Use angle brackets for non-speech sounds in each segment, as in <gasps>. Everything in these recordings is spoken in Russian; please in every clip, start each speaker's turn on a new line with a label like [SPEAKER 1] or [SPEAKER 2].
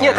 [SPEAKER 1] Нет,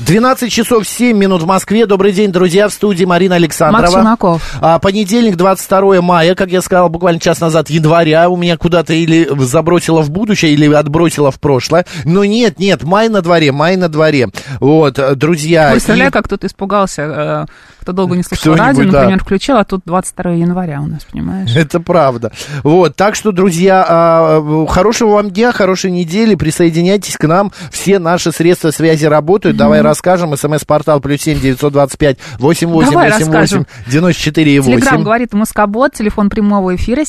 [SPEAKER 2] 12 часов 7 минут в Москве. Добрый день, друзья, в студии Марина Александрова.
[SPEAKER 3] Макс Челноков.
[SPEAKER 2] А, Понедельник, 22 мая, как я сказал буквально час назад, января. У меня куда-то или забросило в будущее, или отбросило в прошлое. Но нет, нет, май на дворе, май на дворе. Вот, друзья.
[SPEAKER 4] Представляю,
[SPEAKER 2] и-
[SPEAKER 4] как кто-то испугался, э, кто долго не слушал радио,
[SPEAKER 2] Кто-нибудь, да.
[SPEAKER 4] например, включил, а тут 22 января у нас, понимаешь?
[SPEAKER 2] Это правда. Вот, так что, друзья, а, хорошего вам дня, хорошей недели. Присоединяйтесь к нам. Все наши средства связи работают. Давай расскажем. СМС-портал плюс семь девятьсот двадцать пять восемь восемь
[SPEAKER 4] Давай
[SPEAKER 2] восемь восемь
[SPEAKER 4] расскажем.
[SPEAKER 2] девяносто четыре и
[SPEAKER 4] Телеграм
[SPEAKER 2] восемь.
[SPEAKER 4] говорит Москобот, телефон прямого эфира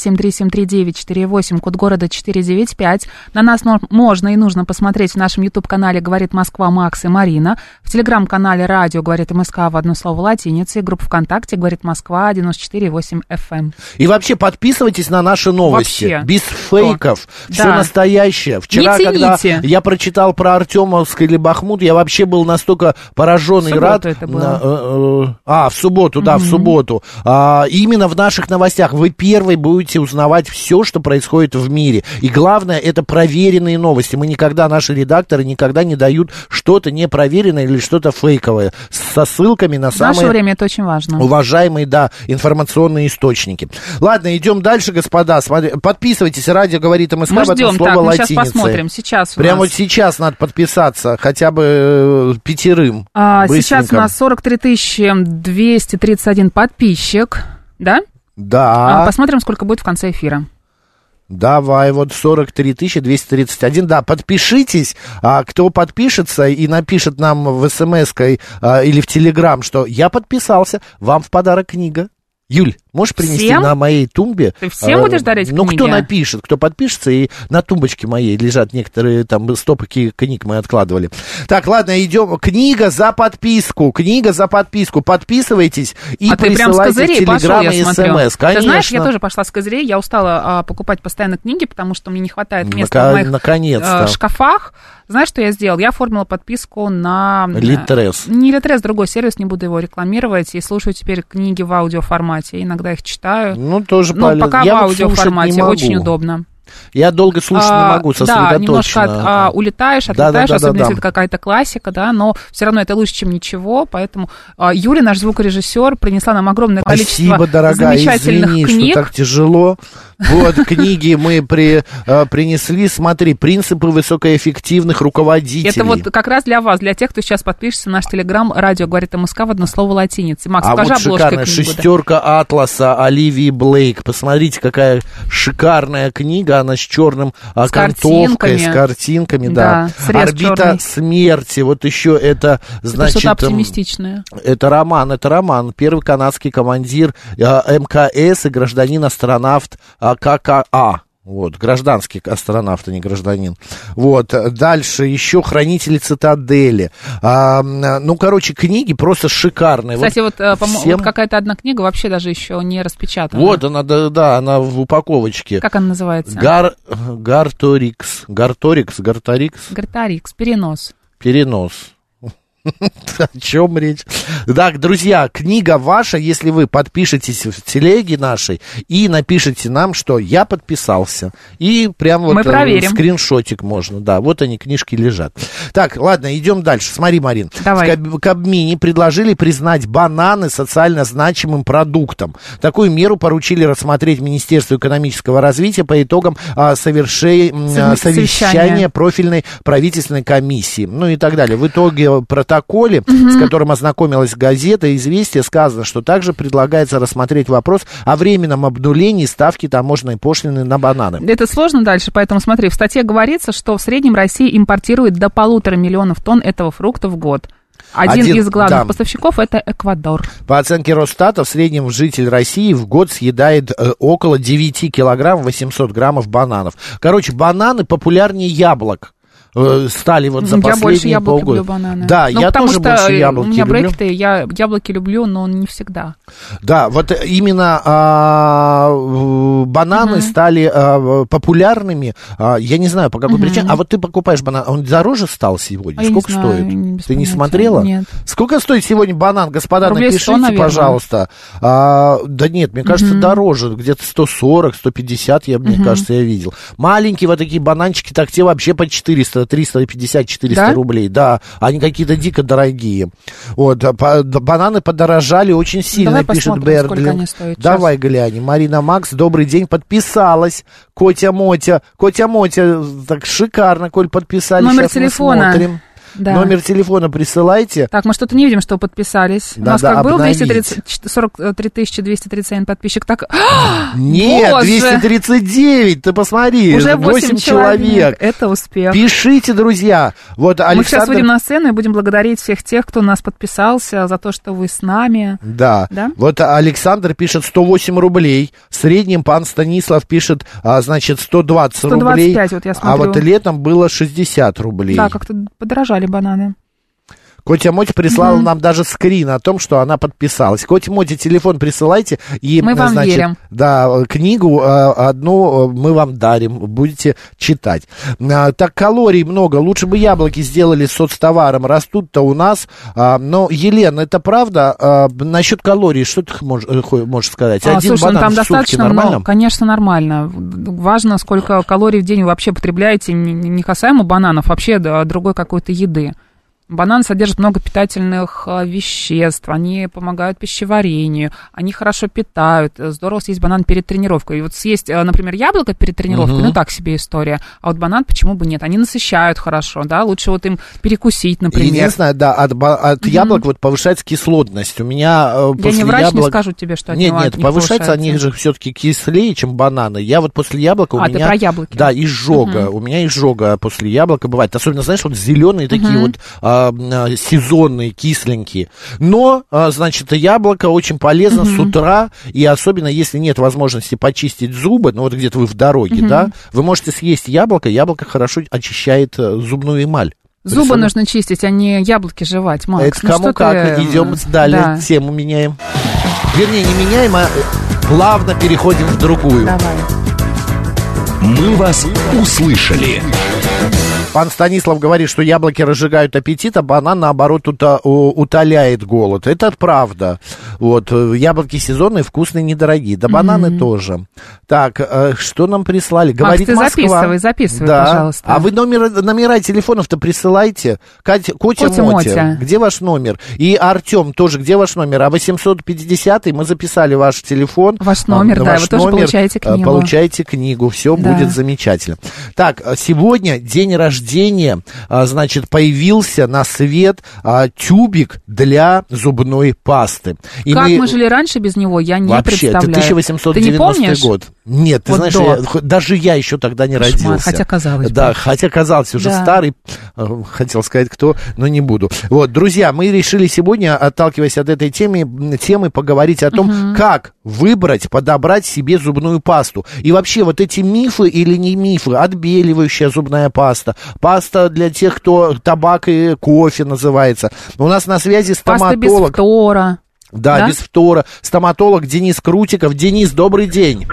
[SPEAKER 4] 7373948, код города 495. На нас но- можно и нужно посмотреть в нашем YouTube-канале «Говорит Москва» Макс и Марина. В Телеграм-канале «Радио» говорит МСК в одно слово латиница. И группа ВКонтакте «Говорит Москва» 94,8 FM.
[SPEAKER 2] И вообще подписывайтесь на наши новости.
[SPEAKER 4] Вообще.
[SPEAKER 2] Без фейков. Все
[SPEAKER 4] Да.
[SPEAKER 2] настоящее. Вчера,
[SPEAKER 4] Не
[SPEAKER 2] когда
[SPEAKER 4] тяните.
[SPEAKER 2] я прочитал про Артемовск или Бахмут, я вообще был настолько поражен
[SPEAKER 4] В
[SPEAKER 2] и
[SPEAKER 4] субботу
[SPEAKER 2] рад.
[SPEAKER 4] это было.
[SPEAKER 2] На- э, э, а, в субботу, да, в субботу. А, именно в наших новостях вы первый будете узнавать все, что происходит в мире. И главное, это проверенные новости. Мы никогда, наши редакторы никогда не дают что-то непроверенное или что-то фейковое. Со ссылками на
[SPEAKER 4] В
[SPEAKER 2] самые...
[SPEAKER 4] наше время это очень важно.
[SPEAKER 2] Уважаемые, да, информационные источники. Ладно, идем дальше, господа. Смотри- подписывайтесь, радио говорит МСК,
[SPEAKER 4] Мы
[SPEAKER 2] в этом
[SPEAKER 4] ждем,
[SPEAKER 2] слово
[SPEAKER 4] так, мы сейчас
[SPEAKER 2] латиницей.
[SPEAKER 4] посмотрим. Сейчас у
[SPEAKER 2] Прямо
[SPEAKER 4] нас...
[SPEAKER 2] вот сейчас надо подписаться, хотя бы э, пятерым.
[SPEAKER 4] А,
[SPEAKER 2] Быстренько.
[SPEAKER 4] сейчас у нас 43 231 подписчик, да?
[SPEAKER 2] Да,
[SPEAKER 4] А, посмотрим, сколько будет в конце эфира.
[SPEAKER 2] давай, вот 43 231. Да, подпишитесь. А кто подпишется и напишет нам в смс или в телеграм, что я подписался, вам в подарок книга. Юль, можешь принести
[SPEAKER 4] Всем?
[SPEAKER 2] на моей тумбе?
[SPEAKER 4] Ты всем
[SPEAKER 2] э,
[SPEAKER 4] будешь дарить
[SPEAKER 2] Ну,
[SPEAKER 4] книги?
[SPEAKER 2] кто напишет, кто подпишется, и на тумбочке моей лежат некоторые там стопки книг мы откладывали. Так, ладно, идем. Книга за подписку, книга за подписку. Подписывайтесь и
[SPEAKER 4] а ты прям с
[SPEAKER 2] присылайте
[SPEAKER 4] козырей пошел,
[SPEAKER 2] телеграммы
[SPEAKER 4] я
[SPEAKER 2] и
[SPEAKER 4] смотрю.
[SPEAKER 2] смс. Конечно.
[SPEAKER 4] Ты знаешь, я тоже пошла с козырей, я устала а, покупать постоянно книги, потому что мне не хватает места
[SPEAKER 2] Нака-
[SPEAKER 4] в моих
[SPEAKER 2] наконец-то.
[SPEAKER 4] э, шкафах. Знаешь, что я сделала? Я оформила подписку на... э,
[SPEAKER 2] Литрес.
[SPEAKER 4] Не Литрес, другой сервис, не буду его рекламировать. И слушаю теперь книги в аудиоформате. Иногда их читаю.
[SPEAKER 2] Ну, тоже
[SPEAKER 4] Ну,
[SPEAKER 2] полезно.
[SPEAKER 4] пока
[SPEAKER 2] Я
[SPEAKER 4] в
[SPEAKER 2] вот слушать не
[SPEAKER 4] аудиоформате,
[SPEAKER 2] могу.
[SPEAKER 4] очень удобно.
[SPEAKER 2] Я долго слушать не
[SPEAKER 4] А,
[SPEAKER 2] могу,
[SPEAKER 4] Да,
[SPEAKER 2] сосредоточенно.
[SPEAKER 4] немножко от- а, улетаешь,
[SPEAKER 2] Да, да,
[SPEAKER 4] отлетаешь,
[SPEAKER 2] да, да,
[SPEAKER 4] особенно
[SPEAKER 2] да.
[SPEAKER 4] если это какая-то классика, да, но все равно это лучше, чем ничего, поэтому а, Юля, наш звукорежиссер, принесла нам огромное количество
[SPEAKER 2] Спасибо, дорогая,
[SPEAKER 4] замечательных
[SPEAKER 2] извини,
[SPEAKER 4] книг.
[SPEAKER 2] что так тяжело. Вот, книги мы при, э, принесли, смотри, принципы высокоэффективных руководителей.
[SPEAKER 4] Это вот как раз для вас, для тех, кто сейчас подпишется на наш телеграм «Радио говорит МСК» в одно слово латиницы. Макс,
[SPEAKER 2] а
[SPEAKER 4] покажи обложку
[SPEAKER 2] вот шикарная
[SPEAKER 4] книгу, да.
[SPEAKER 2] шестерка Атласа Оливии Блейк. Посмотрите, какая шикарная книга. Она с черным а,
[SPEAKER 4] С
[SPEAKER 2] картонкой,
[SPEAKER 4] картинками.
[SPEAKER 2] с картинками, да.
[SPEAKER 4] Да, срез
[SPEAKER 2] Орбита
[SPEAKER 4] черный.
[SPEAKER 2] смерти. Вот еще это
[SPEAKER 4] Это
[SPEAKER 2] значит.
[SPEAKER 4] что-то
[SPEAKER 2] эм,
[SPEAKER 4] оптимистичное.
[SPEAKER 2] Это роман, это роман. Первый канадский командир э, МКС и гражданин-астронавт э, ККА. Вот, гражданский астронавт, а не гражданин. Вот, э, дальше еще «Хранители цитадели». А, м, э, ну, короче, книги просто шикарные.
[SPEAKER 4] Кстати, вот, э, по-моему,
[SPEAKER 2] всем-
[SPEAKER 4] вот какая-то одна книга вообще даже еще не распечатана.
[SPEAKER 2] Вот э, она, да, да, она в упаковочке.
[SPEAKER 4] Как она называется?
[SPEAKER 2] Гар... Гарторикс. Гарторикс, Гарторикс.
[SPEAKER 4] Гартарикс, перенос.
[SPEAKER 2] Перенос. О чем речь? Так, друзья, книга ваша, если вы подпишетесь в телеге нашей и напишите нам, что я подписался. И прям вот
[SPEAKER 4] Мы
[SPEAKER 2] э,
[SPEAKER 4] проверим.
[SPEAKER 2] скриншотик можно. Да, вот они, книжки лежат. Так, ладно, идем дальше. Смотри, Марин.
[SPEAKER 4] Давай.
[SPEAKER 2] В Каб- Кабмине предложили признать бананы социально значимым продуктом. Такую меру поручили рассмотреть Министерству экономического развития по итогам а, совершей- м,
[SPEAKER 4] Совещания.
[SPEAKER 2] а, совещания профильной правительственной комиссии, ну и так далее. В итоге протоколе, с которым ознакомилась газета «Известия», сказано, что также предлагается рассмотреть вопрос о временном обнулении ставки таможенной пошлины на бананы.
[SPEAKER 4] Это сложно дальше, поэтому смотри, в статье говорится, что в среднем Россия импортирует до полутора миллионов тонн этого фрукта в год. Один,
[SPEAKER 2] Один-
[SPEAKER 4] из главных
[SPEAKER 2] да.
[SPEAKER 4] поставщиков это Эквадор.
[SPEAKER 2] По оценке Росстата, в среднем житель России в год съедает э, около 9 килограмм 800 граммов бананов. Короче, бананы популярнее яблок э, стали вот за
[SPEAKER 4] я
[SPEAKER 2] последние
[SPEAKER 4] больше яблок
[SPEAKER 2] полгода.
[SPEAKER 4] люблю бананы.
[SPEAKER 2] Да,
[SPEAKER 4] Ну,
[SPEAKER 2] я
[SPEAKER 4] потому
[SPEAKER 2] тоже
[SPEAKER 4] что
[SPEAKER 2] больше яблоки
[SPEAKER 4] У меня
[SPEAKER 2] люблю.
[SPEAKER 4] брекеты, я яблоки люблю, но не всегда.
[SPEAKER 2] Да, вот э, именно а, в- бананы стали а, в- популярными. а, я не знаю, по какой причине. А вот ты покупаешь банан, он дороже стал сегодня?
[SPEAKER 4] А я не
[SPEAKER 2] Сколько
[SPEAKER 4] знаю,
[SPEAKER 2] стоит?
[SPEAKER 4] не- без
[SPEAKER 2] ты не
[SPEAKER 4] понятия.
[SPEAKER 2] смотрела?
[SPEAKER 4] Нет.
[SPEAKER 2] Сколько стоит сегодня банан, господа,
[SPEAKER 4] Рублей 100,
[SPEAKER 2] напишите,
[SPEAKER 4] наверное.
[SPEAKER 2] пожалуйста. А, да нет, мне кажется, дороже. Где-то 140, 150, я, мне кажется, я видел. Маленькие вот такие бананчики, так те вообще по 400, 350, 400
[SPEAKER 4] Да?
[SPEAKER 2] рублей. Да, они какие-то дико дорогие. Вот, а по- да, бананы подорожали очень сильно,
[SPEAKER 4] Давай
[SPEAKER 2] пишет
[SPEAKER 4] посмотрим, сколько
[SPEAKER 2] Бердлинг.
[SPEAKER 4] они стоят сейчас.
[SPEAKER 2] Давай глянем. Марина Макс, добрый день, подписалась. Котя Мотя. Котя Мотя, так шикарно, Коль, подписались.
[SPEAKER 4] Номер
[SPEAKER 2] Сейчас мы
[SPEAKER 4] телефона.
[SPEAKER 2] смотрим.
[SPEAKER 4] Да.
[SPEAKER 2] Номер телефона присылайте.
[SPEAKER 4] Так, мы что-то не видим, что подписались. У
[SPEAKER 2] Да,
[SPEAKER 4] нас
[SPEAKER 2] да,
[SPEAKER 4] как был
[SPEAKER 2] обновить.
[SPEAKER 4] 230, 43 231 подписчик, так <gasps>
[SPEAKER 2] Нет,
[SPEAKER 4] Боже!
[SPEAKER 2] 239, ты посмотри,
[SPEAKER 4] уже
[SPEAKER 2] 8
[SPEAKER 4] 8 человек. Это успех.
[SPEAKER 2] Пишите, друзья. Вот
[SPEAKER 4] Мы сейчас
[SPEAKER 2] Александр...
[SPEAKER 4] выйдем на сцену и будем благодарить всех тех, кто нас подписался за то, что вы с нами.
[SPEAKER 2] Да.
[SPEAKER 4] Да?
[SPEAKER 2] Вот Александр пишет 108 рублей. В среднем пан Станислав пишет, а, значит, 120 рублей.
[SPEAKER 4] 125, вот я
[SPEAKER 2] а
[SPEAKER 4] смотрю.
[SPEAKER 2] вот летом было 60 рублей.
[SPEAKER 4] Да, как-то подорожали бананы.
[SPEAKER 2] Котя Моти прислала нам даже скрин о том, что она подписалась. Котя Моти, телефон присылайте. И,
[SPEAKER 4] Мы вам
[SPEAKER 2] значит,
[SPEAKER 4] верим.
[SPEAKER 2] Да, э, книгу э, одну э, мы вам дарим, будете читать. А, Так, калорий много. Лучше бы яблоки сделали соцтоваром. Растут-то у нас. А, Но, Елена, это правда? А, Насчет калорий, что ты мож- э, хо- можешь сказать?
[SPEAKER 4] А,
[SPEAKER 2] Один
[SPEAKER 4] слушай, ну
[SPEAKER 2] банан
[SPEAKER 4] там
[SPEAKER 2] в сутки
[SPEAKER 4] достаточно, ну,
[SPEAKER 2] нормально?
[SPEAKER 4] конечно, нормально. Важно, сколько калорий в день вы вообще потребляете, не- не касаемо бананов, вообще да, другой какой-то еды. Бананы содержат много питательных а, веществ, они помогают пищеварению, они хорошо питают. Э, Здорово съесть банан перед тренировкой. И вот съесть, э, например, яблоко перед тренировкой, ну так себе история. А вот банан почему бы нет? Они насыщают хорошо, да, лучше вот им перекусить, например.
[SPEAKER 2] Единственное, да, от, ба- от яблок вот повышается кислотность. У меня э,
[SPEAKER 4] Я
[SPEAKER 2] после
[SPEAKER 4] не врач, не
[SPEAKER 2] яблок-
[SPEAKER 4] скажу тебе, что от
[SPEAKER 2] Нет,
[SPEAKER 4] него от
[SPEAKER 2] нет,
[SPEAKER 4] них
[SPEAKER 2] повышается они
[SPEAKER 4] повышается.
[SPEAKER 2] же все-таки кислее, чем бананы. Я вот после яблока у
[SPEAKER 4] А, ты
[SPEAKER 2] меня...
[SPEAKER 4] про яблоки.
[SPEAKER 2] Да, изжога. У меня изжога после яблока бывает. Особенно, знаешь, вот зеленые такие вот а, м, а, сезонные, кисленькие. Но, а, значит, яблоко очень полезно с утра, и особенно если нет возможности почистить зубы, ну вот где-то вы в дороге, да, вы можете съесть яблоко, яблоко хорошо очищает э, зубную эмаль.
[SPEAKER 4] Зубы
[SPEAKER 2] Представляешь?
[SPEAKER 4] нужно чистить, а не яблоки жевать, Макс.
[SPEAKER 2] Это
[SPEAKER 4] Ну
[SPEAKER 2] кому
[SPEAKER 4] что
[SPEAKER 2] как.
[SPEAKER 4] ты,
[SPEAKER 2] Идем
[SPEAKER 4] м,
[SPEAKER 2] далее.
[SPEAKER 4] да.
[SPEAKER 2] Тему меняем. Вернее, не меняем, а э, плавно переходим в другую.
[SPEAKER 4] Давай.
[SPEAKER 5] «Мы вас услышали».
[SPEAKER 2] Пан Станислав говорит, что яблоки разжигают аппетит, а банан, наоборот, ута- у- утоляет голод. Это правда. Вот. э, Яблоки сезонные, вкусные, недорогие. Да бананы тоже. Так, э, что нам прислали? Говорит
[SPEAKER 4] ты
[SPEAKER 2] Москва.
[SPEAKER 4] записывай, записывай,
[SPEAKER 2] Да.
[SPEAKER 4] пожалуйста.
[SPEAKER 2] А вы номер, номера телефонов-то присылайте. Катя, Котя,
[SPEAKER 4] Котя
[SPEAKER 2] Мотя,
[SPEAKER 4] Мотя.
[SPEAKER 2] где ваш номер? И Артем тоже, где ваш номер? А 850 мы записали ваш телефон.
[SPEAKER 4] Ваш
[SPEAKER 2] А,
[SPEAKER 4] номер, да,
[SPEAKER 2] ваш
[SPEAKER 4] вы тоже
[SPEAKER 2] номер,
[SPEAKER 4] получаете
[SPEAKER 2] э,
[SPEAKER 4] книгу.
[SPEAKER 2] Получайте книгу, все
[SPEAKER 4] Да.
[SPEAKER 2] будет замечательно. Так, э, сегодня день рождения, а, значит, появился на свет а, тюбик для зубной пасты. И
[SPEAKER 4] как мы жили раньше без него, я не
[SPEAKER 2] Вообще, это
[SPEAKER 4] представляю. Ты не
[SPEAKER 2] 1890
[SPEAKER 4] помнишь?
[SPEAKER 2] год. Нет, ты
[SPEAKER 4] Вот
[SPEAKER 2] знаешь,
[SPEAKER 4] до.
[SPEAKER 2] я- х- даже я еще тогда не
[SPEAKER 4] Кошмар,
[SPEAKER 2] родился.
[SPEAKER 4] хотя казалось бы.
[SPEAKER 2] Да, хотя казалось уже
[SPEAKER 4] Да.
[SPEAKER 2] старый, э, хотел сказать кто, но не буду. Вот, друзья, мы решили сегодня, отталкиваясь от этой темы, м, темы поговорить о том, как выбрать, подобрать себе зубную пасту. И вообще вот эти мифы или не мифы, отбеливающая зубная паста, паста для тех, кто табак и кофе называется. У нас на связи
[SPEAKER 4] Паста без
[SPEAKER 2] стоматолог.
[SPEAKER 4] фтора.
[SPEAKER 2] Да,
[SPEAKER 4] Да?
[SPEAKER 2] без втора. Стоматолог Денис Крутиков. Денис, добрый день.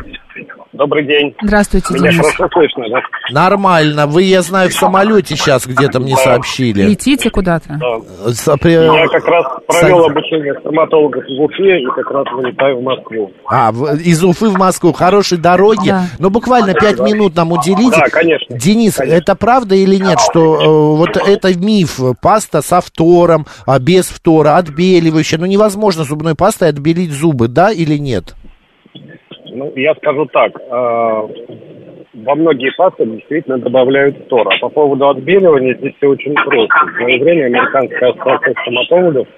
[SPEAKER 6] Добрый день.
[SPEAKER 4] Здравствуйте,
[SPEAKER 6] Меня
[SPEAKER 4] Денис.
[SPEAKER 6] хорошо слышно, да?
[SPEAKER 2] Нормально. Вы, я знаю, в самолете сейчас где-то мне сообщили.
[SPEAKER 4] Летите куда-то?
[SPEAKER 2] С- а, при-
[SPEAKER 6] Я как раз провел
[SPEAKER 2] Сань-
[SPEAKER 6] обучение стоматологов в Уфе и как раз вылетаю в Москву.
[SPEAKER 2] А, в- из Уфы в Москву. Хорошей дороги.
[SPEAKER 4] Да.
[SPEAKER 2] Ну, буквально пять минут нам уделите.
[SPEAKER 6] Да, конечно.
[SPEAKER 2] Денис,
[SPEAKER 6] Конечно.
[SPEAKER 2] это правда или нет, что э, вот это миф? Паста со втором, а без втора, отбеливающая. Ну, невозможно зубной пастой отбелить зубы, да или нет?
[SPEAKER 6] Ну, я скажу так. э, Во многие пасты действительно добавляют стор. А по поводу отбеливания здесь все очень просто. В мое время американская ассоциация стоматологов э,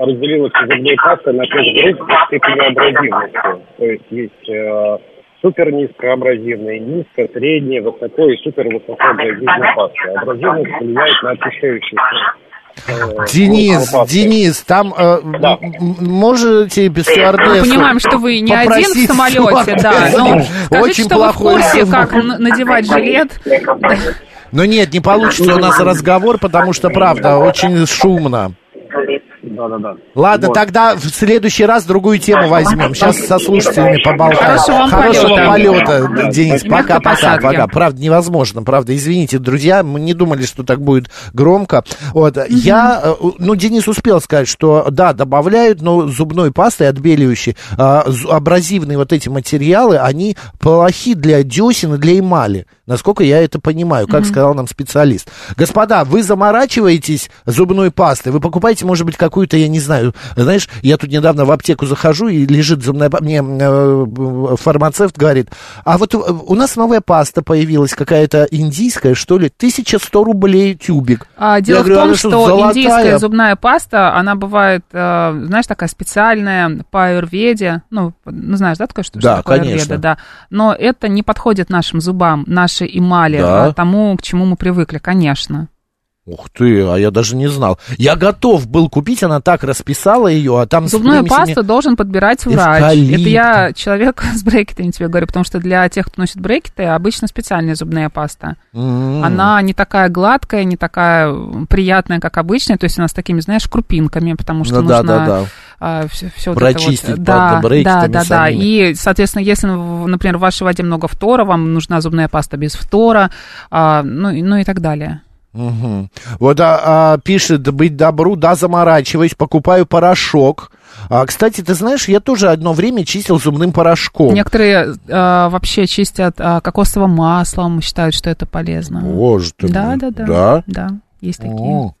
[SPEAKER 6] разделила все зубные пасты на пять групп по степени абразивности. То есть есть э, супер низкоабразивные, низко, средние, высоко и супер высоко абразивные пасты. Абразивность влияет на очищающую
[SPEAKER 2] Денис,
[SPEAKER 6] колбаски.
[SPEAKER 2] Денис, там э,
[SPEAKER 6] Да. Э,
[SPEAKER 2] м- м- можете без
[SPEAKER 4] Мы
[SPEAKER 2] стюардессу
[SPEAKER 4] понимаем, что вы не один в
[SPEAKER 2] попросить
[SPEAKER 4] самолете, да.
[SPEAKER 2] стюардессу?
[SPEAKER 4] Но скажите,
[SPEAKER 2] Очень
[SPEAKER 4] что вы в
[SPEAKER 2] плохой
[SPEAKER 4] курсе,
[SPEAKER 2] звук.
[SPEAKER 4] как н- надевать жилет.
[SPEAKER 2] Но нет, не получится у нас разговор, потому что, правда, очень шумно.
[SPEAKER 6] Да-да-да.
[SPEAKER 2] Ладно,
[SPEAKER 6] Вот.
[SPEAKER 2] тогда в следующий раз другую тему возьмем. Сейчас со слушателями поболтаем.
[SPEAKER 4] Хорошего вам
[SPEAKER 2] полета.
[SPEAKER 4] полета.
[SPEAKER 2] Денис.
[SPEAKER 4] И мягкой
[SPEAKER 2] Пока-пока.
[SPEAKER 4] посадки.
[SPEAKER 2] Пока. Правда, невозможно. Правда, извините, друзья, мы не думали, что так будет громко. Вот. Я, э, у- ну, Денис успел сказать, что, да, добавляют, но зубной пастой отбеливающей а, зу- абразивные вот эти материалы, они плохи для десен и для эмали. Насколько я это понимаю, как сказал нам специалист. Господа, вы заморачиваетесь зубной пастой, вы покупаете, может быть, какую-то, я не знаю, знаешь, я тут недавно в аптеку захожу, и лежит зубная паста, мне э, фармацевт говорит, а вот э, у нас новая паста появилась, какая-то индийская, что ли, 1100 рублей тюбик.
[SPEAKER 4] А, дело
[SPEAKER 2] Я
[SPEAKER 4] в
[SPEAKER 2] говорю,
[SPEAKER 4] том,
[SPEAKER 2] она
[SPEAKER 4] что,
[SPEAKER 2] золотая?
[SPEAKER 4] индийская зубная паста, она бывает, э, знаешь, такая специальная по аюрведе. Ну, ну знаешь, да, такое, что, что
[SPEAKER 2] Да,
[SPEAKER 4] такое
[SPEAKER 2] конечно.
[SPEAKER 4] аюрведа, да. Но это не подходит нашим зубам, нашей эмали,
[SPEAKER 2] Да.
[SPEAKER 4] а, тому, к чему мы привыкли, конечно.
[SPEAKER 2] Ух ты, а я даже не знал. Я готов был купить, она так расписала ее, а там... с
[SPEAKER 4] Зубную
[SPEAKER 2] примесями-
[SPEAKER 4] пасту должен подбирать врач.
[SPEAKER 2] Эвкалипт.
[SPEAKER 4] Это я человек <laughs> с брекетами тебе говорю, потому что для тех, кто носит брекеты, обычно специальная зубная паста.
[SPEAKER 2] М.
[SPEAKER 4] Она не такая гладкая, не такая м, приятная, как обычная, то есть она с такими, знаешь, крупинками, потому что
[SPEAKER 2] Ну да,
[SPEAKER 4] нужно
[SPEAKER 2] да, да.
[SPEAKER 4] все, а, вот
[SPEAKER 2] Прочистить,
[SPEAKER 4] это вот.
[SPEAKER 2] правда,
[SPEAKER 4] Да, да,
[SPEAKER 2] брекетами
[SPEAKER 4] да, да.
[SPEAKER 2] самими.
[SPEAKER 4] И, соответственно, если, ну, в- например, в вашей воде много фтора, вам нужна зубная паста без фтора, а, ну, и- ну и так далее.
[SPEAKER 2] Мгм. Вот а, а, пишет, быть добру, да, заморачиваюсь, покупаю порошок. А, кстати, ты знаешь, я тоже одно время чистил зубным порошком.
[SPEAKER 4] Некоторые а, вообще чистят а, кокосовым маслом, считают, что это полезно.
[SPEAKER 2] Боже ты
[SPEAKER 4] Да,
[SPEAKER 2] мой.
[SPEAKER 4] да, да.
[SPEAKER 2] Да?
[SPEAKER 4] есть такие.
[SPEAKER 2] О.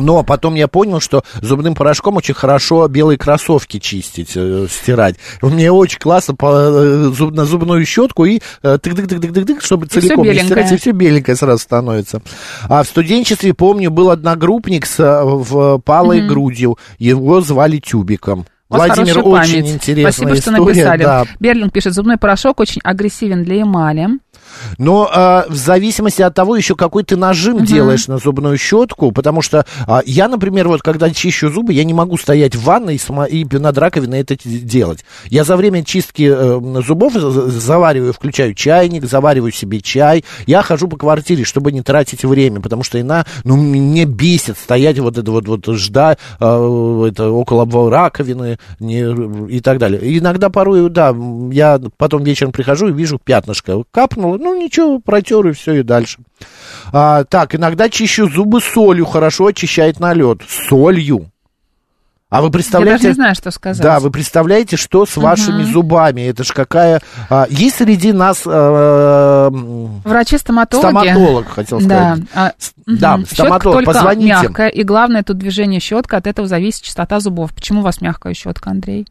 [SPEAKER 2] Но потом я понял, что зубным порошком очень хорошо белые кроссовки чистить, э, стирать. Мне очень классно по, э, зуб- на зубную щетку и э, тык-тык-тык-тык-тык, чтобы
[SPEAKER 4] всё
[SPEAKER 2] целиком не
[SPEAKER 4] беленькое.
[SPEAKER 2] стирать, и все беленькое сразу становится. А в студенчестве, помню, был одногруппник с э, в палой грудью. Его звали Тюбиком.
[SPEAKER 4] У вас
[SPEAKER 2] Владимир,
[SPEAKER 4] хорошая
[SPEAKER 2] очень
[SPEAKER 4] память.
[SPEAKER 2] интересная
[SPEAKER 4] Спасибо, что
[SPEAKER 2] история.
[SPEAKER 4] написали.
[SPEAKER 2] да.
[SPEAKER 4] Берлинг пишет, зубной порошок очень агрессивен для эмали.
[SPEAKER 2] Но э, в зависимости от того, еще какой ты нажим делаешь на зубную щетку, потому что а, я, например, вот когда чищу зубы, я не могу стоять в ванной и, сма- и над раковиной это т- делать. Я за время чистки э, зубов за- за- завариваю, включаю чайник, завариваю себе чай. Я хожу по квартире, чтобы не тратить время, потому что ина, ну, мне бесит стоять вот это вот, вот ждать э, это около обва- раковины не- и так далее. Иногда порой, да, м, я потом вечером прихожу и вижу пятнышко. Капнуло, ну ничего, протер и все, и дальше. А, так, иногда чищу зубы солью, хорошо очищает налет. Солью. А вы
[SPEAKER 4] Я даже
[SPEAKER 2] представляете...
[SPEAKER 4] не знаю, что сказать.
[SPEAKER 2] Да, вы представляете, что с вашими зубами? Это ж какая... а, есть среди нас э, м,
[SPEAKER 4] Врачи-стоматологи.
[SPEAKER 2] стоматолог, хотел
[SPEAKER 4] Да,
[SPEAKER 2] сказать.
[SPEAKER 4] а,
[SPEAKER 2] С- да,
[SPEAKER 4] мгм.
[SPEAKER 2] стоматолог,
[SPEAKER 4] щетка только
[SPEAKER 2] позвоните.
[SPEAKER 4] мягкая, и главное тут движение щетка, от этого зависит частота зубов. Почему у вас мягкая щетка, Андрей?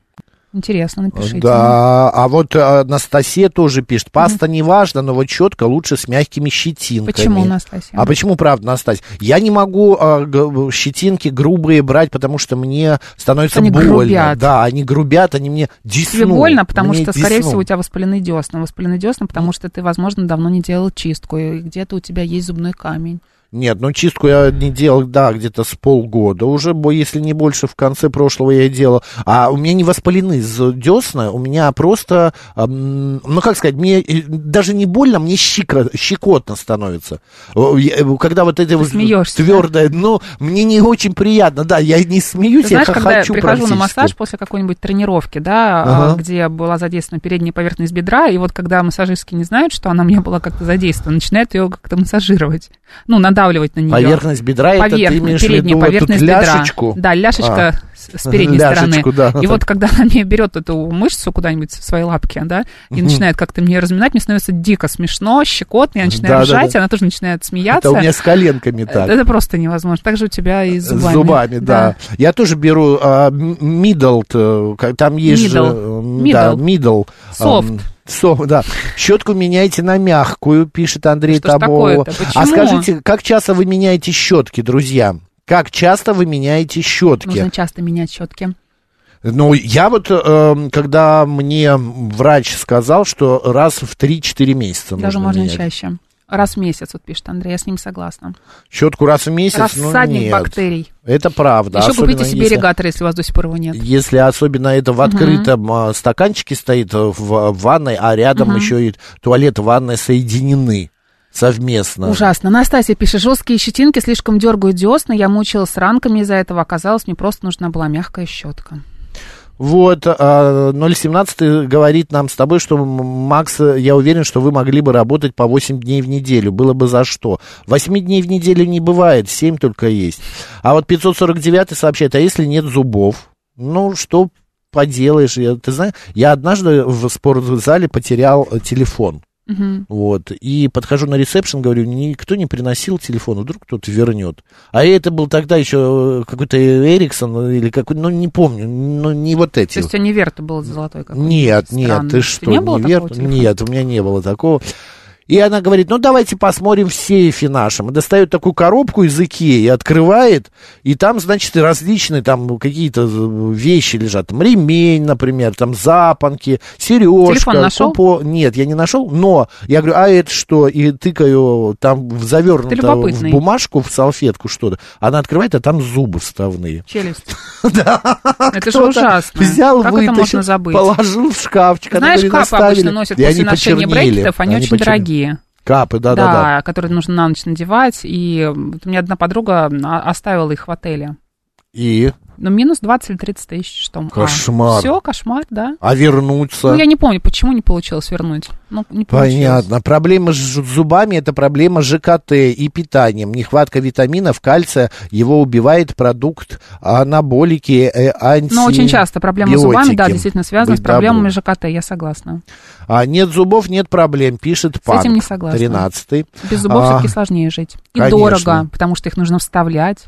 [SPEAKER 4] Интересно, напишите.
[SPEAKER 2] Да, а вот э, Анастасия тоже пишет, паста не важно, но вот четко лучше с мягкими щетинками.
[SPEAKER 4] Ну, Почему, Анастасия?
[SPEAKER 2] А почему, правда, Настась? Я не могу а, г- щетинки грубые брать, потому что мне становится
[SPEAKER 4] Они
[SPEAKER 2] больно.
[SPEAKER 4] грубят.
[SPEAKER 2] Да, они грубят, они мне десну.
[SPEAKER 4] Тебе больно, потому
[SPEAKER 2] Мне
[SPEAKER 4] что, скорее
[SPEAKER 2] десну.
[SPEAKER 4] всего, у тебя воспалены десна. Воспалены десна, потому что ты, возможно, давно не делал чистку, и где-то у тебя есть зубной камень.
[SPEAKER 2] Нет, ну чистку я не делал, да, где-то с полгода уже, бо- если не больше, в конце прошлого я и делал. А у меня не воспалены з- десна, у меня просто, ам, ну как сказать, мне э, даже не больно, мне щика- щекотно становится. О, я, э, Когда вот это вот
[SPEAKER 4] смеешься, да?
[SPEAKER 2] твердое, ну, мне не очень приятно, да, я не смеюсь,
[SPEAKER 4] Ты
[SPEAKER 2] я
[SPEAKER 4] знаешь, когда я
[SPEAKER 2] хохочу
[SPEAKER 4] прихожу на
[SPEAKER 2] практически.
[SPEAKER 4] массаж после какой-нибудь тренировки, да, а,
[SPEAKER 2] Ага.
[SPEAKER 4] где была задействована передняя поверхность бедра, и вот когда массажистки не знают, что она мне была как-то задействована, начинают ее как-то массажировать, ну, надавливать на нее.
[SPEAKER 2] Поверхность бедра, А это ты
[SPEAKER 4] Поверхность,
[SPEAKER 2] имеешь в
[SPEAKER 4] передняя
[SPEAKER 2] виду вот тут
[SPEAKER 4] поверхность
[SPEAKER 2] ляшечку?
[SPEAKER 4] бедра. Да, ляшечка с с передней
[SPEAKER 2] Ляшечку,
[SPEAKER 4] стороны.
[SPEAKER 2] да.
[SPEAKER 4] И вот когда она мне берет эту мышцу куда-нибудь в своей лапке, да, и начинает как-то мне разминать, мне становится дико смешно, щекотно, я начинаю
[SPEAKER 2] Да, да,
[SPEAKER 4] ржать,
[SPEAKER 2] да.
[SPEAKER 4] она тоже начинает смеяться. Э,
[SPEAKER 2] Это у меня с коленками так.
[SPEAKER 4] Это просто невозможно. Так же у тебя и с
[SPEAKER 2] С
[SPEAKER 4] зубами.
[SPEAKER 2] зубами, да. Я тоже беру а, м- мидл, э, как- там есть же...
[SPEAKER 4] Мидл.
[SPEAKER 2] э, Да, мидл.
[SPEAKER 4] Софт.
[SPEAKER 2] Эм, софт, да. Щетку меняйте на мягкую, пишет Андрей
[SPEAKER 4] Что ж
[SPEAKER 2] Табова.
[SPEAKER 4] такое-то? Почему?
[SPEAKER 2] А скажите, как часто вы меняете щетки, друзья? Как часто вы меняете щетки?
[SPEAKER 4] Нужно часто менять щетки.
[SPEAKER 2] Ну, я вот, э, когда мне врач сказал, что раз в 3-4 месяца
[SPEAKER 4] Даже
[SPEAKER 2] нужно
[SPEAKER 4] можно
[SPEAKER 2] менять.
[SPEAKER 4] чаще. Раз в месяц, вот пишет Андрей, я с ним согласна.
[SPEAKER 2] Щетку раз в месяц,
[SPEAKER 4] Рассадник
[SPEAKER 2] ну нет.
[SPEAKER 4] бактерий.
[SPEAKER 2] Это правда.
[SPEAKER 4] Еще
[SPEAKER 2] особенно
[SPEAKER 4] купите себе
[SPEAKER 2] если-
[SPEAKER 4] ирригатор, если у вас до сих пор его нет.
[SPEAKER 2] Если особенно это в открытом а, стаканчике стоит а, в, в ванной, а рядом еще и туалет и ванная соединены совместно.
[SPEAKER 4] Ужасно. Настасья пишет, жесткие щетинки слишком дергают десны, я мучилась с ранками из-за этого, оказалось, мне просто нужна была мягкая щетка.
[SPEAKER 2] Вот, а, 017 говорит нам с тобой, что, м, Макс, э, я уверен, что вы могли бы работать по 8 дней в неделю. Было бы за что. 8 дней в неделю не бывает, 7 только есть. А вот 549 сообщает, а если нет зубов? Ну, что поделаешь? Я, ты знаешь, я однажды в спортзале потерял э, телефон. Вот. И подхожу на ресепшн, говорю, никто не приносил телефон, вдруг кто-то вернет. А это был тогда еще э, какой-то Эриксон или какой ну не помню, ну не вот
[SPEAKER 4] То
[SPEAKER 2] эти.
[SPEAKER 4] есть у тебя вер был золотой какой-то?
[SPEAKER 2] Нет,
[SPEAKER 4] странный.
[SPEAKER 2] нет, ты что,
[SPEAKER 4] не было
[SPEAKER 2] невер-
[SPEAKER 4] такого типа? телефона?
[SPEAKER 2] Нет, у меня не было такого. И она говорит, ну давайте посмотрим в сейфе нашем. И достает такую коробку из Икеи, и открывает, и там, значит, и различные там какие-то э, вещи лежат. Там ремень, например, там запонки, сережка.
[SPEAKER 4] Телефон нашел?
[SPEAKER 2] купо- Нет, я не нашел, но я говорю, а это что? И тыкаю там в
[SPEAKER 4] Ты
[SPEAKER 2] завернуто в
[SPEAKER 4] любопытный.
[SPEAKER 2] бумажку, в салфетку что-то. Она открывает, а там зубы вставные.
[SPEAKER 4] Челюсть.
[SPEAKER 2] <laughs> Да.
[SPEAKER 4] Это же
[SPEAKER 2] Кто-то
[SPEAKER 4] ужасно.
[SPEAKER 2] Взял,
[SPEAKER 4] как
[SPEAKER 2] вытащил,
[SPEAKER 4] это можно забыть?
[SPEAKER 2] положил в шкафчик. она
[SPEAKER 4] Знаешь,
[SPEAKER 2] говорит,
[SPEAKER 4] капы
[SPEAKER 2] оставили.
[SPEAKER 4] обычно носят
[SPEAKER 2] И
[SPEAKER 4] после
[SPEAKER 2] они
[SPEAKER 4] ношения
[SPEAKER 2] почернели.
[SPEAKER 4] брекетов, они, очень
[SPEAKER 2] почернели.
[SPEAKER 4] дорогие.
[SPEAKER 2] Капы,
[SPEAKER 4] Да,
[SPEAKER 2] да-да-да.
[SPEAKER 4] которые нужно на ночь надевать. И вот у меня одна подруга на- оставила их в отеле.
[SPEAKER 2] И?
[SPEAKER 4] Ну, минус 20 или 30 тысяч, что м- а,
[SPEAKER 2] Кошмар.
[SPEAKER 4] все, кошмар, да.
[SPEAKER 2] А вернуться?
[SPEAKER 4] Ну, я не помню, почему не получилось вернуть. Ну, не получилось.
[SPEAKER 2] Понятно. Проблема с ж- зубами – это проблема ЖКТ и питанием. Нехватка витаминов, кальция, его убивает продукт анаболики, э, анти...
[SPEAKER 4] Но очень часто проблема с зубами, да,
[SPEAKER 2] биотики.
[SPEAKER 4] действительно связана с
[SPEAKER 2] Быть добру.
[SPEAKER 4] проблемами ЖКТ, я согласна.
[SPEAKER 2] А, нет зубов, нет проблем, пишет
[SPEAKER 4] С этим
[SPEAKER 2] Панк.
[SPEAKER 4] не согласна.
[SPEAKER 2] 13
[SPEAKER 4] Без зубов
[SPEAKER 2] А.
[SPEAKER 4] все-таки сложнее жить. И
[SPEAKER 2] Конечно.
[SPEAKER 4] дорого, потому что их нужно вставлять.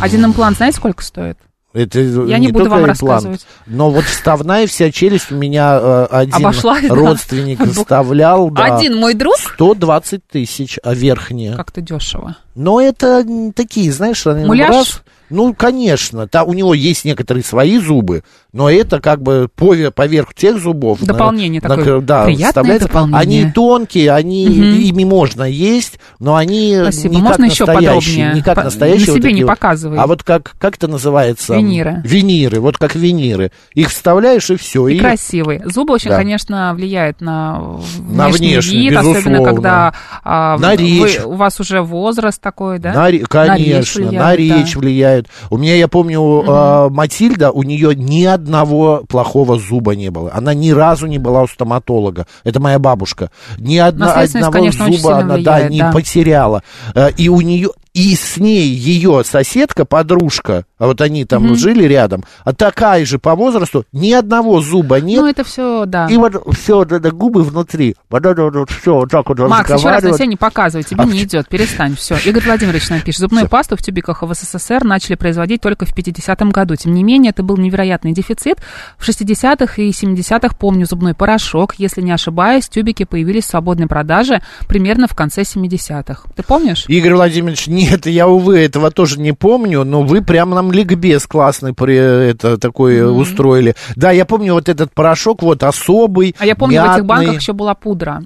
[SPEAKER 4] Один имплант, знаете, сколько стоит?
[SPEAKER 2] Это я
[SPEAKER 4] не буду
[SPEAKER 2] только
[SPEAKER 4] вам
[SPEAKER 2] имплант,
[SPEAKER 4] рассказывать.
[SPEAKER 2] Но вот вставная вся челюсть у меня э, один
[SPEAKER 4] Обошла, да. <laughs>
[SPEAKER 2] родственник
[SPEAKER 4] Бог.
[SPEAKER 2] вставлял, да.
[SPEAKER 4] Один мой друг?
[SPEAKER 2] 120 тысяч, а верхняя.
[SPEAKER 4] Как-то дешево.
[SPEAKER 2] Но это м, такие, знаешь, они
[SPEAKER 4] Муляж?
[SPEAKER 2] раз- ну, конечно, та, у него есть некоторые свои зубы, но это как бы пове- поверх тех зубов. на-
[SPEAKER 4] Дополнение
[SPEAKER 2] на-
[SPEAKER 4] такое.
[SPEAKER 2] да,
[SPEAKER 4] Приятное
[SPEAKER 2] вставляется.
[SPEAKER 4] дополнение.
[SPEAKER 2] Они тонкие, они, ими можно есть, но они
[SPEAKER 4] Спасибо.
[SPEAKER 2] не
[SPEAKER 4] Можно
[SPEAKER 2] как
[SPEAKER 4] еще
[SPEAKER 2] настоящие.
[SPEAKER 4] подробнее?
[SPEAKER 2] Не как
[SPEAKER 4] По-
[SPEAKER 2] настоящие.
[SPEAKER 4] на
[SPEAKER 2] вот
[SPEAKER 4] себе не
[SPEAKER 2] такие вот.
[SPEAKER 4] показывай.
[SPEAKER 2] А вот как, как это называется?
[SPEAKER 4] Виниры.
[SPEAKER 2] Виниры, вот как виниры. Их вставляешь и все.
[SPEAKER 4] И красивый. Зубы очень,
[SPEAKER 2] Да.
[SPEAKER 4] конечно, влияют на, в-
[SPEAKER 2] На внешний,
[SPEAKER 4] вид, особенно
[SPEAKER 2] безусловно.
[SPEAKER 4] когда а,
[SPEAKER 2] На
[SPEAKER 4] вы-
[SPEAKER 2] речь.
[SPEAKER 4] у вас уже возраст такой, да?
[SPEAKER 2] На ре- конечно, на речь,
[SPEAKER 4] да.
[SPEAKER 2] влияет, У меня, я помню, э, Матильда, у нее ни одного плохого зуба не было. Она ни разу не была у стоматолога. Это моя бабушка. Ни одна-
[SPEAKER 4] Наследственность,
[SPEAKER 2] одного
[SPEAKER 4] конечно, очень
[SPEAKER 2] зуба
[SPEAKER 4] сильно
[SPEAKER 2] она да,
[SPEAKER 4] влияет,
[SPEAKER 2] не
[SPEAKER 4] да.
[SPEAKER 2] потеряла. Э, И у нее и с ней ее соседка, подружка, а вот они там жили рядом, а такая же по возрасту, ни одного зуба нет.
[SPEAKER 4] Ну, это все, да.
[SPEAKER 2] и вот все, вот это губы внутри. Вот это вот все, вот так вот
[SPEAKER 4] Макс, еще раз на
[SPEAKER 2] разговаривать.
[SPEAKER 4] себя не показывай, тебе
[SPEAKER 2] А
[SPEAKER 4] не
[SPEAKER 2] почему?
[SPEAKER 4] идет, перестань,
[SPEAKER 2] <laughs>
[SPEAKER 4] все. Игорь Владимирович нам пишет, зубную пасту в тюбиках в СССР начали производить только в 50-м году. Тем не менее, это был невероятный дефицит. В 60-х и 70-х, помню, зубной порошок, если не ошибаюсь, тюбики появились в свободной продаже примерно в конце 70-х. Ты помнишь?
[SPEAKER 2] Игорь Владимирович, нет, я, увы, этого тоже не помню, но вы прям нам ликбез классный при, это, такой э, устроили. Да, я помню вот этот порошок, вот особый,
[SPEAKER 4] А я помню, в этих
[SPEAKER 2] мятный.
[SPEAKER 4] банках еще была пудра.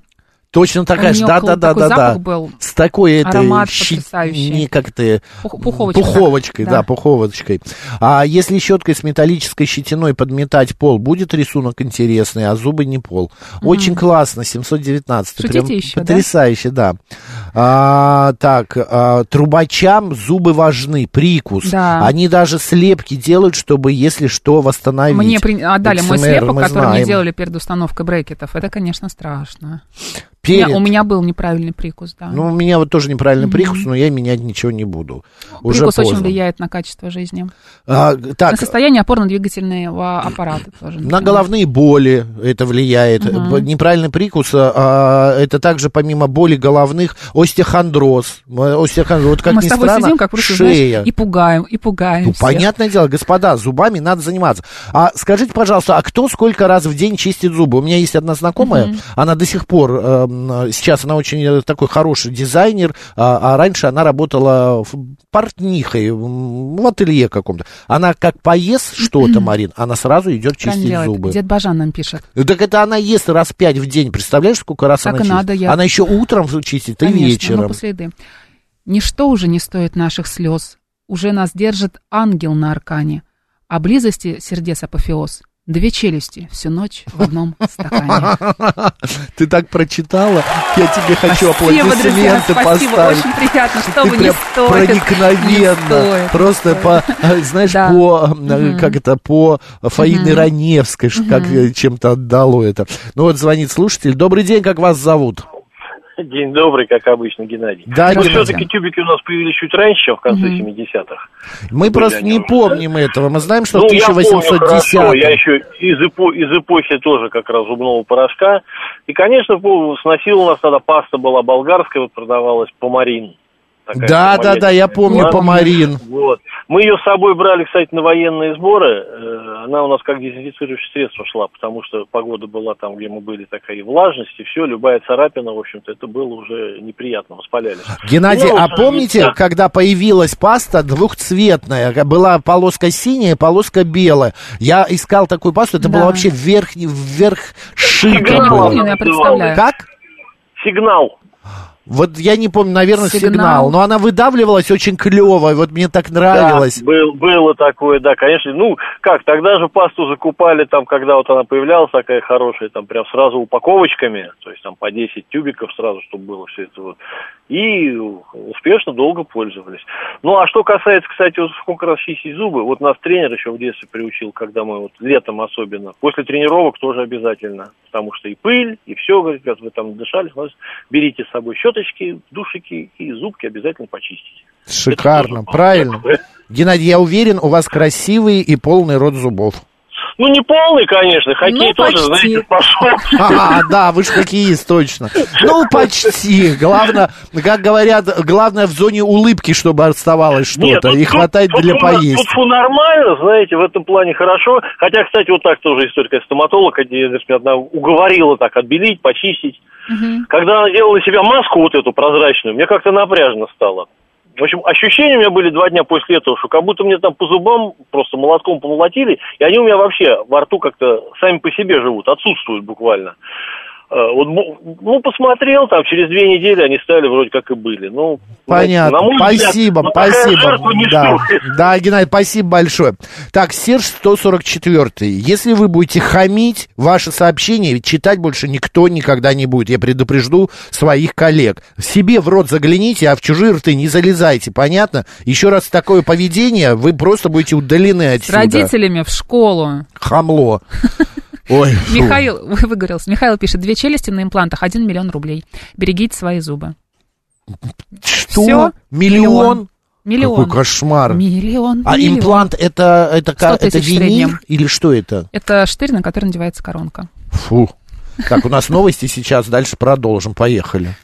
[SPEAKER 2] Точно такая
[SPEAKER 4] у
[SPEAKER 2] же,
[SPEAKER 4] неё
[SPEAKER 2] да,
[SPEAKER 4] около
[SPEAKER 2] да, да,
[SPEAKER 4] такой
[SPEAKER 2] да, да.
[SPEAKER 4] запах был.
[SPEAKER 2] С такой этой
[SPEAKER 4] Аромат
[SPEAKER 2] щи-
[SPEAKER 4] потрясающий.
[SPEAKER 2] Не как ты...
[SPEAKER 4] Пух- пуховочка.
[SPEAKER 2] Пуховочкой, да.
[SPEAKER 4] Да.
[SPEAKER 2] пуховочкой. А если щеткой с металлической щетиной подметать пол, будет рисунок интересный, а зубы не пол. Очень классно, 719.
[SPEAKER 4] Шутите
[SPEAKER 2] прям
[SPEAKER 4] ещё, да?
[SPEAKER 2] потрясающе, да. А, так, а, трубачам зубы важны, прикус.
[SPEAKER 4] Да.
[SPEAKER 2] Они даже слепки делают, чтобы, если что, восстановить.
[SPEAKER 4] Мне при- отдали мой
[SPEAKER 2] XMR,
[SPEAKER 4] слепок,
[SPEAKER 2] мы
[SPEAKER 4] который мне
[SPEAKER 2] знаем.
[SPEAKER 4] делали перед установкой брекетов. Это, конечно, страшно. У меня,
[SPEAKER 2] Перед.
[SPEAKER 4] у меня был неправильный прикус, да.
[SPEAKER 2] Ну, у меня вот тоже неправильный прикус, но я менять ничего не буду. Уже
[SPEAKER 4] прикус очень
[SPEAKER 2] поздно.
[SPEAKER 4] влияет на качество жизни.
[SPEAKER 2] А,
[SPEAKER 4] На
[SPEAKER 2] так,
[SPEAKER 4] состояние опорно-двигательного аппарата тоже.
[SPEAKER 2] на
[SPEAKER 4] например.
[SPEAKER 2] головные боли это влияет. Б- Неправильный прикус, а, а, это также помимо боли головных, остеохондроз. Мы- остеохондроз. Вот как
[SPEAKER 4] Мы
[SPEAKER 2] ни
[SPEAKER 4] с тобой
[SPEAKER 2] странно,
[SPEAKER 4] сидим, как просто,
[SPEAKER 2] шея.
[SPEAKER 4] знаешь, и пугаем, и пугаем
[SPEAKER 2] Ну,
[SPEAKER 4] всех.
[SPEAKER 2] понятное дело, господа, зубами надо заниматься. А скажите, пожалуйста, а кто сколько раз в день чистит зубы? У меня есть одна знакомая, она до сих пор, эм, сейчас она очень э, такой хороший дизайнер, а, а раньше она работала в- портнихой м, в ателье каком-то. Она как поест что-то, Марин, она сразу идет
[SPEAKER 4] Правильно
[SPEAKER 2] чистить
[SPEAKER 4] делает.
[SPEAKER 2] зубы.
[SPEAKER 4] Дед Бажан нам пишет.
[SPEAKER 2] Ну, Так это она ест раз пять в день, представляешь, сколько раз
[SPEAKER 4] Так
[SPEAKER 2] она
[SPEAKER 4] и
[SPEAKER 2] чистит?
[SPEAKER 4] надо, я-
[SPEAKER 2] Она еще утром чистит и
[SPEAKER 4] Конечно, ну,
[SPEAKER 2] вечером.
[SPEAKER 4] но после еды. Ничто уже не стоит наших слез. Уже нас держит ангел на аркане. О близости сердец апофеоз. Две челюсти всю ночь в
[SPEAKER 2] <laughs>
[SPEAKER 4] одном стакане.
[SPEAKER 2] Ты так прочитала, я тебе хочу
[SPEAKER 4] Спасибо, друзья,
[SPEAKER 2] аплодисменты
[SPEAKER 4] спасибо.
[SPEAKER 2] поставить.
[SPEAKER 4] Очень приятно, что
[SPEAKER 2] Ты
[SPEAKER 4] вы не
[SPEAKER 2] прям
[SPEAKER 4] стоит.
[SPEAKER 2] проникновенно,
[SPEAKER 4] Не стоит,
[SPEAKER 2] просто
[SPEAKER 4] не стоит.
[SPEAKER 2] по, э, знаешь,
[SPEAKER 4] Да.
[SPEAKER 2] по, э, как это, по Фаине Раневской, ш- как э, чем-то отдало это. Ну вот звонит слушатель. Добрый день, как вас зовут?
[SPEAKER 6] День добрый, как обычно, Геннадий.
[SPEAKER 2] Да,
[SPEAKER 6] Но
[SPEAKER 2] Геннадий.
[SPEAKER 6] все-таки тюбики у нас появились чуть раньше, чем в конце 70-х.
[SPEAKER 2] Мы просто не
[SPEAKER 6] они уже.
[SPEAKER 2] помним этого. Мы знаем, что в
[SPEAKER 6] Ну, я помню хорошо, я
[SPEAKER 2] 1810
[SPEAKER 6] еще из, эпо- из эпохи тоже как раз зубного порошка. И, конечно, по- сносила у нас тогда паста была болгарская, вот продавалась помарин. Такая
[SPEAKER 2] Да, да, да, я
[SPEAKER 6] самоедная
[SPEAKER 2] помню
[SPEAKER 6] была.
[SPEAKER 2] Помарин.
[SPEAKER 6] Вот. Мы ее с собой брали, кстати, на военные сборы. Э, Она у нас как дезинфицирующее средство шла, потому что погода была там, где мы были, такая и влажность, и все, любая царапина, в общем-то, это было уже неприятно, воспалялись.
[SPEAKER 2] Геннадий,
[SPEAKER 6] Ну,
[SPEAKER 2] а
[SPEAKER 6] вот,
[SPEAKER 2] помните,
[SPEAKER 6] да.
[SPEAKER 2] когда появилась паста двухцветная? Как Была полоска синяя, полоска белая. Я искал такую пасту, это
[SPEAKER 4] Да.
[SPEAKER 2] было вообще вверх, вверх шика
[SPEAKER 6] Сигнал.
[SPEAKER 2] было.
[SPEAKER 4] помню, я представляю.
[SPEAKER 2] Как?
[SPEAKER 6] Сигнал.
[SPEAKER 2] Вот я не помню, наверное, сигнал.
[SPEAKER 4] Сигнал.
[SPEAKER 2] Но она выдавливалась очень клево, и вот мне так нравилось.
[SPEAKER 6] Да, был- было такое, да, конечно. Ну, как, тогда же пасту закупали, там, когда вот она появлялась, такая хорошая, там, прям сразу упаковочками, то есть там по 10 тюбиков сразу, чтобы было все это вот. И успешно долго пользовались. Ну, а что касается, кстати, вот сколько раз чистить зубы, вот нас тренер еще в детстве приучил, когда мы вот летом особенно, после тренировок тоже обязательно, потому что и пыль, и все, говорит, ребят, вы там дышали, значит, берите с собой щеточки, душики и зубки обязательно почистите.
[SPEAKER 2] Шикарно, правильно. Геннадий, я уверен, у вас красивый и полный рот зубов.
[SPEAKER 6] Ну, не полный, конечно. Хоккей
[SPEAKER 4] Ну,
[SPEAKER 6] тоже,
[SPEAKER 4] почти.
[SPEAKER 6] знаете, <laughs> пошел.
[SPEAKER 2] Ага, да, вы же хоккеист, точно. Ну, почти. Главное, как говорят, главное в зоне улыбки, чтобы оставалось
[SPEAKER 6] Нет, ну
[SPEAKER 2] что-то
[SPEAKER 6] тут-
[SPEAKER 2] а и
[SPEAKER 6] тут-
[SPEAKER 2] хватать
[SPEAKER 6] тут
[SPEAKER 2] для
[SPEAKER 6] фу-
[SPEAKER 2] поесть.
[SPEAKER 6] Тут фу нормально, знаете, в этом плане хорошо. Хотя, кстати, вот так тоже историка стоматолог, один раз меня одна уговорила так отбелить, почистить. Когда она делала себе маску вот эту прозрачную, мне как-то напряжно стало. В общем, ощущения у меня были два дня после этого, что как будто мне там по зубам просто молотком помолотили, и они у меня вообще во рту как-то сами по себе живут, отсутствуют буквально. Э, Вот, бу- ну, посмотрел, там, через две недели они стали вроде как и были. Ну, знаете,
[SPEAKER 2] Понятно.
[SPEAKER 6] на мой взгляд,
[SPEAKER 2] спасибо,
[SPEAKER 6] ну, такая
[SPEAKER 2] спасибо.
[SPEAKER 6] жертва не
[SPEAKER 2] Да.
[SPEAKER 6] стоит.
[SPEAKER 2] да, Геннадий, спасибо большое. Так, Серж 144. Если вы будете хамить, ваше сообщение читать больше никто никогда не будет. Я предупрежду своих коллег. Себе в рот загляните, а в чужие рты не залезайте, понятно? Еще раз такое поведение, вы просто будете удалены
[SPEAKER 4] С
[SPEAKER 2] отсюда.
[SPEAKER 4] родителями в школу.
[SPEAKER 2] Хамло. Ой, фу.
[SPEAKER 4] Михаил, <laughs> вы- выгорелся. Михаил пишет, две челюсти на имплантах, 1 миллион рублей. Берегите свои зубы.
[SPEAKER 2] что?
[SPEAKER 4] всё?
[SPEAKER 2] Миллион?
[SPEAKER 4] Миллион.
[SPEAKER 2] Какой кошмар.
[SPEAKER 4] Миллион.
[SPEAKER 2] А
[SPEAKER 4] миллион.
[SPEAKER 2] имплант это, это, ка-
[SPEAKER 4] 100
[SPEAKER 2] это
[SPEAKER 4] тысяч в
[SPEAKER 2] винир
[SPEAKER 4] среднем.
[SPEAKER 2] или что это?
[SPEAKER 4] Это штырь, на который надевается коронка.
[SPEAKER 2] Фу. Так, у нас новости сейчас, дальше продолжим. Поехали.